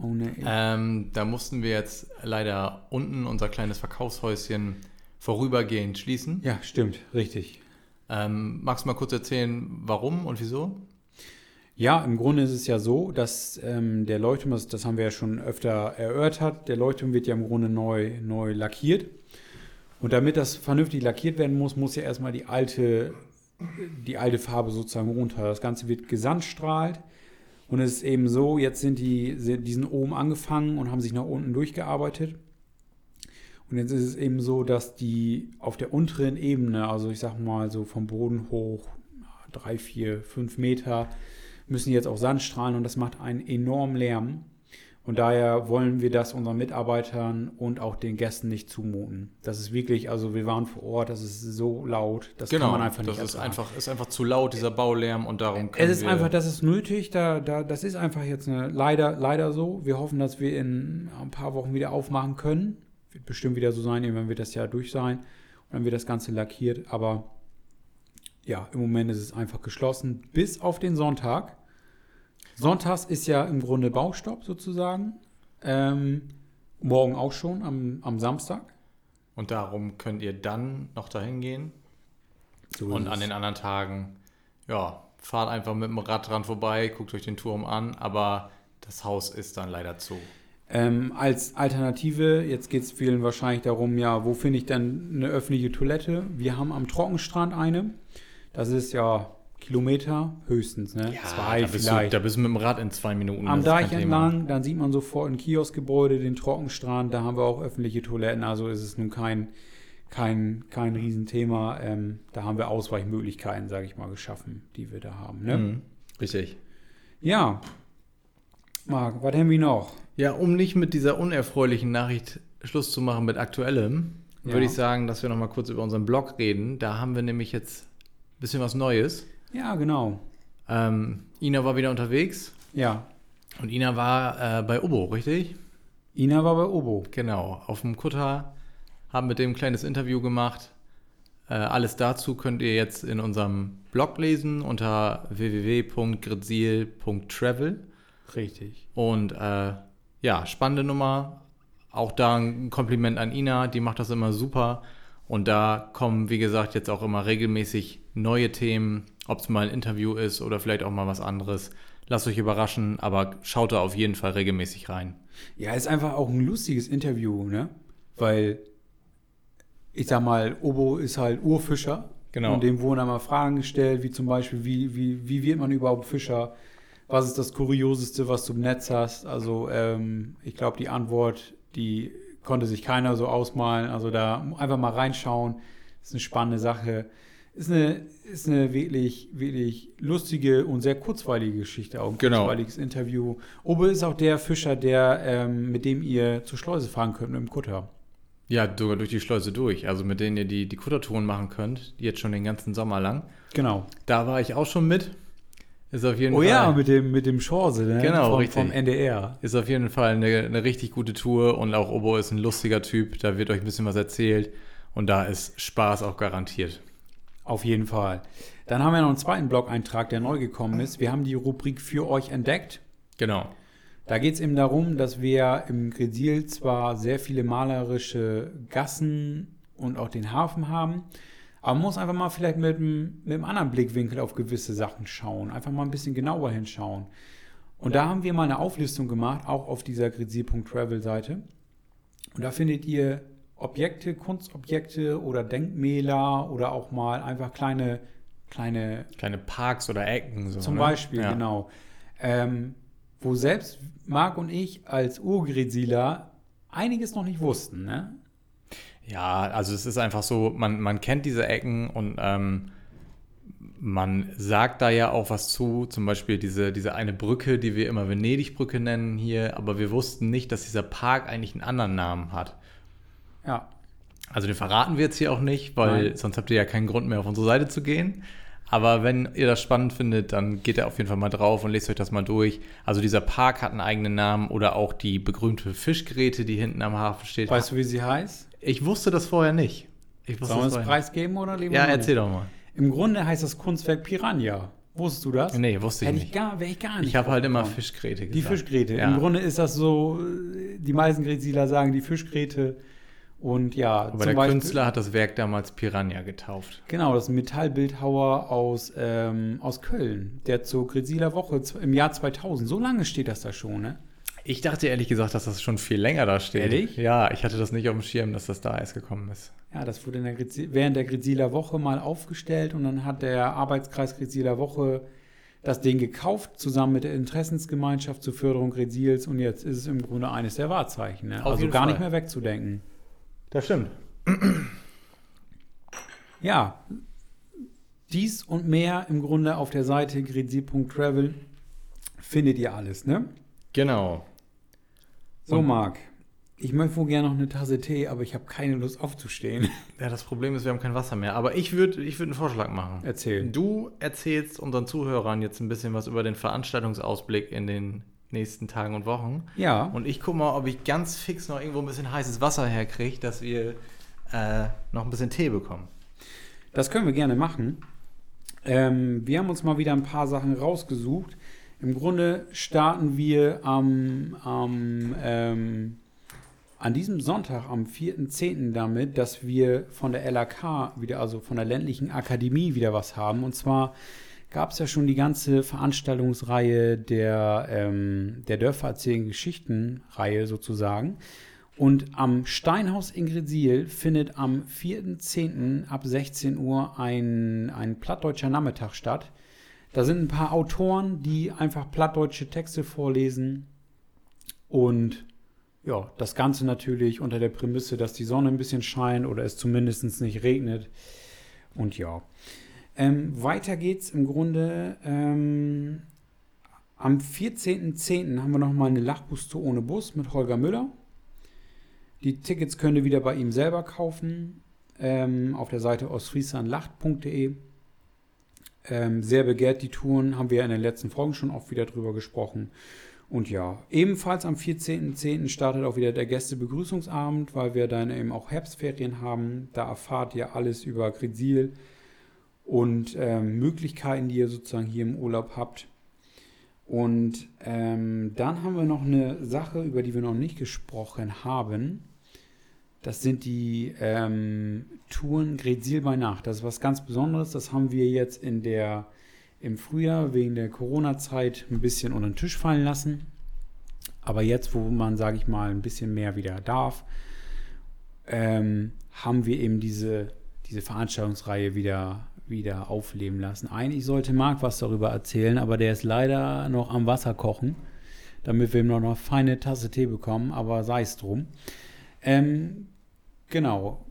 [SPEAKER 2] Oh ne.
[SPEAKER 1] Ähm, da mussten wir jetzt leider unten unser kleines Verkaufshäuschen vorübergehend schließen.
[SPEAKER 2] Ja, stimmt, richtig.
[SPEAKER 1] Ähm, magst du mal kurz erzählen, warum und wieso?
[SPEAKER 2] Ja, im Grunde ist es ja so, dass ähm, der Leuchtturm, das, das haben wir ja schon öfter erörtert, der Leuchtturm wird ja im Grunde neu, neu lackiert. Und damit das vernünftig lackiert werden muss, muss ja erstmal die alte, die alte Farbe sozusagen runter. Das Ganze wird gesandstrahlt. Und es ist eben so, jetzt sind die, sind- die sind oben angefangen und haben sich nach unten durchgearbeitet. Und jetzt ist es eben so, dass die auf der unteren Ebene, also ich sag mal so vom Boden hoch, drei, vier, fünf Meter, müssen jetzt auch Sand strahlen und das macht einen enormen Lärm. Und daher wollen wir das unseren Mitarbeitern und auch den Gästen nicht zumuten. Das ist wirklich, also wir waren vor Ort, das ist so laut, das kann man einfach nicht
[SPEAKER 1] Genau, das ist
[SPEAKER 2] ertragen.
[SPEAKER 1] einfach, ist einfach zu laut, dieser Baulärm und darum können
[SPEAKER 2] Es ist
[SPEAKER 1] wir,
[SPEAKER 2] einfach, das ist nötig, da, da, das ist einfach jetzt eine, leider, leider so. Wir hoffen, dass wir in ein paar Wochen wieder aufmachen können. Wird bestimmt wieder so sein, irgendwann wird das Jahr durch sein. Und dann wird das Ganze lackiert, aber ja, im Moment ist es einfach geschlossen, bis auf den Sonntag. Sonntags ist ja im Grunde Baustopp sozusagen. Ähm, morgen auch schon, am, am Samstag.
[SPEAKER 1] und darum könnt ihr dann noch dahin gehen
[SPEAKER 2] So
[SPEAKER 1] und
[SPEAKER 2] ist
[SPEAKER 1] an
[SPEAKER 2] es.
[SPEAKER 1] den anderen Tagen, ja, fahrt einfach mit dem Rad dran vorbei, guckt euch den Turm an, aber das Haus ist dann leider zu.
[SPEAKER 2] Ähm, als Alternative, jetzt geht es vielen wahrscheinlich darum, ja, wo finde ich denn eine öffentliche Toilette? Wir haben am Trockenstrand eine. Das ist ja Kilometer höchstens, ne? Zwei
[SPEAKER 1] da bist, du,
[SPEAKER 2] vielleicht.
[SPEAKER 1] da bist du mit dem Rad in zwei Minuten.
[SPEAKER 2] am
[SPEAKER 1] das ist kein
[SPEAKER 2] Deich
[SPEAKER 1] Thema.
[SPEAKER 2] entlang, dann sieht man sofort ein Kioskgebäude, den Trockenstrand, da haben wir auch öffentliche Toiletten, also ist es nun kein, kein, kein Riesenthema. Ähm, da haben wir Ausweichmöglichkeiten, sage ich mal, geschaffen, die wir da haben. Ne?
[SPEAKER 1] Mhm, richtig.
[SPEAKER 2] Ja. Marc, was haben wir noch?
[SPEAKER 1] Ja, um nicht mit dieser unerfreulichen Nachricht Schluss zu machen mit aktuellem,
[SPEAKER 2] Ja.
[SPEAKER 1] würde ich sagen, dass wir noch mal kurz über unseren Blog reden. Da haben wir nämlich jetzt ein bisschen was Neues.
[SPEAKER 2] Ja, genau.
[SPEAKER 1] Ähm, Ina war wieder unterwegs
[SPEAKER 2] Ja.
[SPEAKER 1] und Ina war äh, bei Obo, richtig?
[SPEAKER 2] Ina war bei Obo.
[SPEAKER 1] Genau, auf dem Kutter, haben mit dem ein kleines Interview gemacht. Äh, alles dazu könnt ihr jetzt in unserem Blog lesen unter www.grisil.travel.
[SPEAKER 2] Richtig.
[SPEAKER 1] Und äh, ja, spannende Nummer. Auch da ein Kompliment an Ina, die macht das immer super. Und da kommen, wie gesagt, jetzt auch immer regelmäßig neue Themen, ob es mal ein Interview ist oder vielleicht auch mal was anderes. Lasst euch überraschen, aber schaut da auf jeden Fall regelmäßig rein.
[SPEAKER 2] Ja, ist einfach auch ein lustiges Interview, ne? Weil, ich sag mal, Obo ist halt Urfischer.
[SPEAKER 1] Genau.
[SPEAKER 2] Und dem wurden einmal Fragen gestellt, wie zum Beispiel, wie, wie, wie wird man überhaupt Fischer? Was ist das Kurioseste, was du im Netz hast? Also, ähm, ich glaube, die Antwort, die konnte sich keiner so ausmalen. Also, da einfach mal reinschauen. Ist eine spannende Sache. Ist eine, ist eine wirklich, wirklich lustige und sehr kurzweilige Geschichte. Auch ein
[SPEAKER 1] Genau.
[SPEAKER 2] kurzweiliges Interview. Obe ist auch der Fischer, der, ähm, mit dem ihr zur Schleuse fahren könnt mit dem Kutter.
[SPEAKER 1] Ja, sogar durch die Schleuse durch, also mit denen ihr die, die Kuttertouren machen könnt, jetzt schon den ganzen Sommer lang.
[SPEAKER 2] Genau.
[SPEAKER 1] Da war ich auch schon mit. Ist auf jeden
[SPEAKER 2] Oh
[SPEAKER 1] Fall.
[SPEAKER 2] ja, mit dem, mit dem Chance, ne?
[SPEAKER 1] Genau,
[SPEAKER 2] vom,
[SPEAKER 1] richtig.
[SPEAKER 2] vom NDR.
[SPEAKER 1] Ist auf jeden Fall eine, eine richtig gute Tour und auch Obo ist ein lustiger Typ, da wird euch ein bisschen was erzählt und da ist Spaß auch garantiert.
[SPEAKER 2] Auf jeden Fall. Dann haben wir noch einen zweiten Blog-Eintrag, der neu gekommen ist. Wir haben die Rubrik für euch entdeckt.
[SPEAKER 1] Genau.
[SPEAKER 2] Da geht es eben darum, dass wir im Gresil zwar sehr viele malerische Gassen und auch den Hafen haben, aber man muss einfach mal vielleicht mit einem, mit einem anderen Blickwinkel auf gewisse Sachen schauen. Einfach mal ein bisschen genauer hinschauen. Und da haben wir mal eine Auflistung gemacht, auch auf dieser Gresil.travel-Seite. Und da findet ihr Objekte, Kunstobjekte oder Denkmäler oder auch mal einfach kleine, kleine
[SPEAKER 1] Kleine Parks oder Ecken. So,
[SPEAKER 2] zum
[SPEAKER 1] ne?
[SPEAKER 2] Beispiel,
[SPEAKER 1] ja.
[SPEAKER 2] genau. Ähm, wo selbst Marc und ich als Urgrisila einiges noch nicht wussten, ne?
[SPEAKER 1] Ja, also es ist einfach so, man, man kennt diese Ecken und ähm, man sagt da ja auch was zu, zum Beispiel diese, diese eine Brücke, die wir immer Venedigbrücke nennen hier, aber wir wussten nicht, dass dieser Park eigentlich einen anderen Namen hat.
[SPEAKER 2] Ja.
[SPEAKER 1] Also den verraten wir jetzt hier auch nicht, weil
[SPEAKER 2] Nein.
[SPEAKER 1] sonst habt ihr ja keinen Grund mehr auf unsere Seite zu gehen. Aber wenn ihr das spannend findet, dann geht da auf jeden Fall mal drauf und lest euch das mal durch. Also dieser Park hat einen eigenen Namen oder auch die berühmte Fischgräte, die hinten am Hafen steht.
[SPEAKER 2] Weißt du, wie sie heißt?
[SPEAKER 1] Ich wusste das vorher nicht. Ich wusste
[SPEAKER 2] Sollen wir
[SPEAKER 1] das
[SPEAKER 2] es
[SPEAKER 1] vorher
[SPEAKER 2] preisgeben oder
[SPEAKER 1] nicht.
[SPEAKER 2] lieber?
[SPEAKER 1] Ja,
[SPEAKER 2] nicht?
[SPEAKER 1] erzähl doch mal.
[SPEAKER 2] Im Grunde heißt das Kunstwerk Piranha. Wusstest du das?
[SPEAKER 1] Nee, wusste ich
[SPEAKER 2] Hätte ich
[SPEAKER 1] nicht.
[SPEAKER 2] gar, wäre ich gar nicht.
[SPEAKER 1] Ich habe halt immer
[SPEAKER 2] draufgekommen.
[SPEAKER 1] Fischgräte gesagt.
[SPEAKER 2] Die Fischgräte.
[SPEAKER 1] Ja.
[SPEAKER 2] Im Grunde ist das so, äh, die meisten Grätziler sagen die Fischgräte. Und ja,
[SPEAKER 1] Aber der Künstler hat das Werk damals Piranha getauft.
[SPEAKER 2] Genau, das ist ein Metallbildhauer aus, ähm, aus Köln, der zur Grisiler Woche z- im Jahr 2000, so lange steht das da schon, ne?
[SPEAKER 1] Ich dachte ehrlich gesagt, dass das schon viel länger da steht.
[SPEAKER 2] Ehrlich?
[SPEAKER 1] Ja, ich hatte das nicht auf dem Schirm, dass das da erst gekommen ist.
[SPEAKER 2] Ja, das wurde in der Grizi- während der Grisiler Woche mal aufgestellt und dann hat der Arbeitskreis Grisiler Woche das Ding gekauft, zusammen mit der Interessensgemeinschaft zur Förderung Grisils und jetzt ist es im Grunde eines der Wahrzeichen, ne?
[SPEAKER 1] Auf
[SPEAKER 2] Also
[SPEAKER 1] jeden
[SPEAKER 2] gar
[SPEAKER 1] Fall.
[SPEAKER 2] nicht mehr wegzudenken.
[SPEAKER 1] Das stimmt.
[SPEAKER 2] Ja, dies und mehr im Grunde auf der Seite grisil.travel findet ihr alles, ne?
[SPEAKER 1] Genau.
[SPEAKER 2] So,
[SPEAKER 1] Und-
[SPEAKER 2] Marc, ich möchte wohl gerne noch eine Tasse Tee, aber ich habe keine Lust aufzustehen.
[SPEAKER 1] Ja, das Problem ist, wir haben kein Wasser mehr. Aber ich würde ich würd einen Vorschlag machen.
[SPEAKER 2] Erzähl.
[SPEAKER 1] Du erzählst unseren Zuhörern jetzt ein bisschen was über den Veranstaltungsausblick in den nächsten Tagen und Wochen.
[SPEAKER 2] Ja,
[SPEAKER 1] Und ich guck mal, ob ich ganz fix noch irgendwo ein bisschen heißes Wasser herkriege, dass wir äh, noch ein bisschen Tee bekommen.
[SPEAKER 2] das können wir gerne machen. Ähm, wir haben uns mal wieder ein paar Sachen rausgesucht. Im Grunde starten wir am, am, ähm, an diesem Sonntag, am 4.10. damit, dass wir von der LAK wieder, also von der ländlichen Akademie wieder was haben. Und zwar gab es ja schon die ganze Veranstaltungsreihe der, ähm, der Dörfer erzählen Geschichten-Reihe sozusagen. Und am Steinhaus in Grisiel findet am 4.10. ab 16 Uhr ein, ein plattdeutscher Nachmittag statt. Da sind ein paar Autoren, die einfach plattdeutsche Texte vorlesen. Und ja, das Ganze natürlich unter der Prämisse, dass die Sonne ein bisschen scheint oder es zumindest nicht regnet. Und ja. Ähm, weiter geht's im Grunde. Ähm, am 14.10. haben wir nochmal eine Lachbuste ohne Bus mit Holger Müller. Die Tickets könnt ihr wieder bei ihm selber kaufen. Ähm, auf der Seite ostfrieslandlacht.de. Ähm, sehr begehrt die Touren, haben wir ja in den letzten Folgen schon oft wieder drüber gesprochen. Und ja, ebenfalls am 14.10. startet auch wieder der Gästebegrüßungsabend, weil wir dann eben auch Herbstferien haben. Da erfahrt ihr alles über Grisil und ähm, Möglichkeiten, die ihr sozusagen hier im Urlaub habt. Und ähm, dann haben wir noch eine Sache, über die wir noch nicht gesprochen haben. Das sind die ähm, Touren Gretzil bei Nacht. Das ist was ganz Besonderes. Das haben wir jetzt in der, im Frühjahr wegen der Corona-Zeit ein bisschen unter den Tisch fallen lassen. Aber jetzt, wo man, sage ich mal, ein bisschen mehr wieder darf, ähm, haben wir eben diese, diese Veranstaltungsreihe wieder, wieder aufleben lassen. Eigentlich sollte Marc was darüber erzählen, aber der ist leider noch am Wasser kochen, damit wir ihm noch eine feine Tasse Tee bekommen, aber sei es drum. Ähm, genau.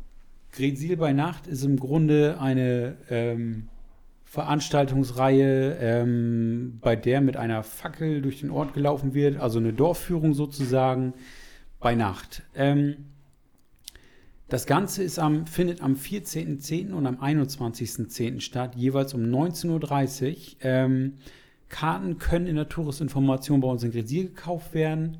[SPEAKER 2] Gresil bei Nacht ist im Grunde eine ähm, Veranstaltungsreihe, ähm, bei der mit einer Fackel durch den Ort gelaufen wird, also eine Dorfführung sozusagen bei Nacht. Ähm, das Ganze ist am, findet am 14.10. und am 21.10. statt, jeweils um 19.30 Uhr. Ähm, Karten können in der Touristinformation bei uns in Grisier gekauft werden.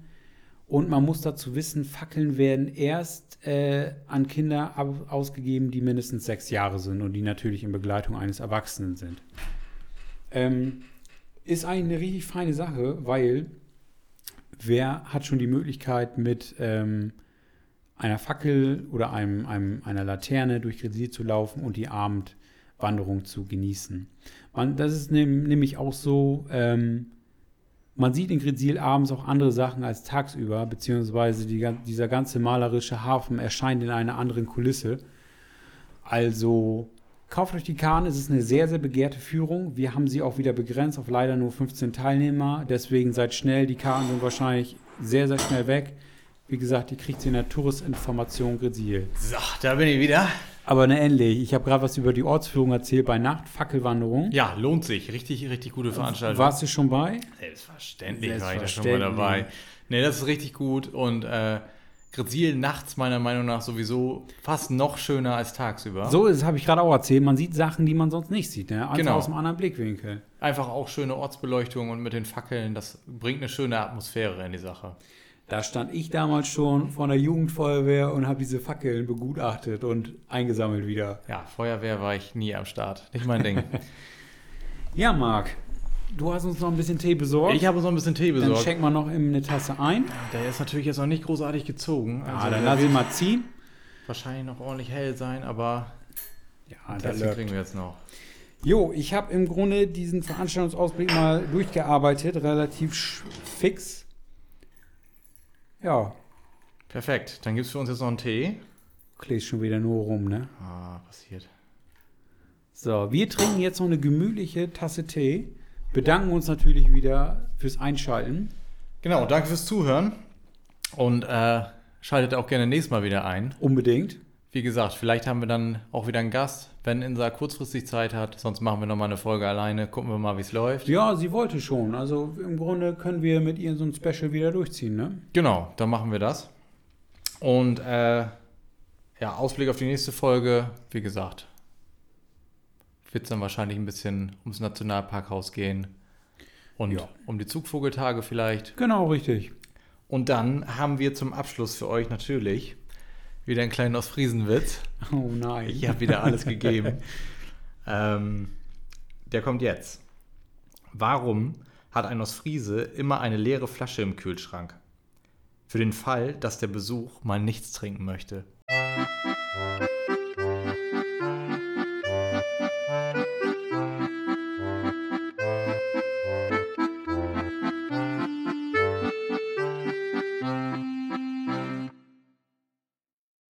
[SPEAKER 2] Und man muss dazu wissen, Fackeln werden erst äh, an Kinder ab- ausgegeben, die mindestens sechs Jahre sind und die natürlich in Begleitung eines Erwachsenen sind. Ähm, ist eigentlich eine richtig feine Sache, weil wer hat schon die Möglichkeit mit... Ähm, einer Fackel oder einem, einem, einer Laterne durch Grisil zu laufen und die Abendwanderung zu genießen. Man, das ist nem- nämlich auch so, ähm, man sieht in Grisil abends auch andere Sachen als tagsüber, beziehungsweise die, gan- dieser ganze malerische Hafen erscheint in einer anderen Kulisse. Also kauft euch die Karten, es ist eine sehr, sehr begehrte Führung. Wir haben sie auch wieder begrenzt auf leider nur 15 Teilnehmer, deswegen seid schnell, die Karten sind wahrscheinlich sehr, sehr schnell weg. Wie gesagt, die kriegt sie in der Touristinformation Grisil.
[SPEAKER 1] So, da bin ich wieder.
[SPEAKER 2] Aber ne, ähnlich. Ich habe gerade was über die Ortsführung erzählt bei Nachtfackelwanderung.
[SPEAKER 1] Ja, lohnt sich. Richtig, richtig gute Veranstaltung.
[SPEAKER 2] Warst du schon bei?
[SPEAKER 1] Selbstverständlich, war ich da schon mal dabei. Nee, das ist richtig gut und äh, Grisil nachts meiner Meinung nach sowieso fast noch schöner als tagsüber.
[SPEAKER 2] So ist, habe ich gerade auch erzählt. Man sieht Sachen, die man sonst nicht sieht. Ne? Also
[SPEAKER 1] Genau.
[SPEAKER 2] aus einem anderen Blickwinkel.
[SPEAKER 1] Einfach auch schöne Ortsbeleuchtung und mit den Fackeln, das bringt eine schöne Atmosphäre in die Sache.
[SPEAKER 2] Da stand ich damals schon vor einer Jugendfeuerwehr und habe diese Fackeln begutachtet und eingesammelt wieder.
[SPEAKER 1] Ja, Feuerwehr war ich nie am Start. Nicht mein Ding.
[SPEAKER 2] Ja, Marc, du hast uns noch ein bisschen Tee besorgt.
[SPEAKER 1] ich habe so ein bisschen Tee
[SPEAKER 2] Dann
[SPEAKER 1] besorgt.
[SPEAKER 2] schenken wir noch eben eine Tasse ein.
[SPEAKER 1] Der ist natürlich jetzt noch nicht großartig gezogen.
[SPEAKER 2] Ah,
[SPEAKER 1] Also
[SPEAKER 2] dann
[SPEAKER 1] der
[SPEAKER 2] lass
[SPEAKER 1] wird
[SPEAKER 2] ihn mal ziehen.
[SPEAKER 1] wahrscheinlich noch ordentlich hell sein, aber
[SPEAKER 2] Ja,
[SPEAKER 1] das kriegen wir jetzt noch.
[SPEAKER 2] Jo, ich habe im Grunde diesen Veranstaltungsausblick mal durchgearbeitet, relativ sch- fix. Ja,
[SPEAKER 1] Perfekt. Dann gibt es für uns jetzt noch einen Tee.
[SPEAKER 2] kläst schon wieder nur rum, ne?
[SPEAKER 1] Ah, passiert.
[SPEAKER 2] So, wir trinken jetzt noch eine gemütliche Tasse Tee. Bedanken uns natürlich wieder fürs Einschalten.
[SPEAKER 1] Genau, danke fürs Zuhören. Und äh, schaltet auch gerne nächstes Mal wieder ein.
[SPEAKER 2] Unbedingt.
[SPEAKER 1] Wie gesagt, vielleicht haben wir dann auch wieder einen Gast, wenn Insa kurzfristig Zeit hat. Sonst machen wir nochmal eine Folge alleine. Gucken wir mal, wie es läuft.
[SPEAKER 2] Ja, sie wollte schon. Also im Grunde können wir mit ihr so ein Special wieder durchziehen, ne?
[SPEAKER 1] Genau, dann machen wir das. Und äh, ja, Ausblick auf die nächste Folge, wie gesagt, wird es dann wahrscheinlich ein bisschen ums Nationalparkhaus gehen und
[SPEAKER 2] Ja.
[SPEAKER 1] um die Zugvogeltage vielleicht.
[SPEAKER 2] Genau, richtig.
[SPEAKER 1] Und dann haben wir zum Abschluss für euch natürlich wieder einen kleinen Ostfriesenwitz.
[SPEAKER 2] Oh nein.
[SPEAKER 1] Ich habe wieder alles gegeben. ähm, der kommt jetzt. Warum hat ein Ostfriese immer eine leere Flasche im Kühlschrank? Für den Fall, dass der Besuch mal nichts trinken möchte.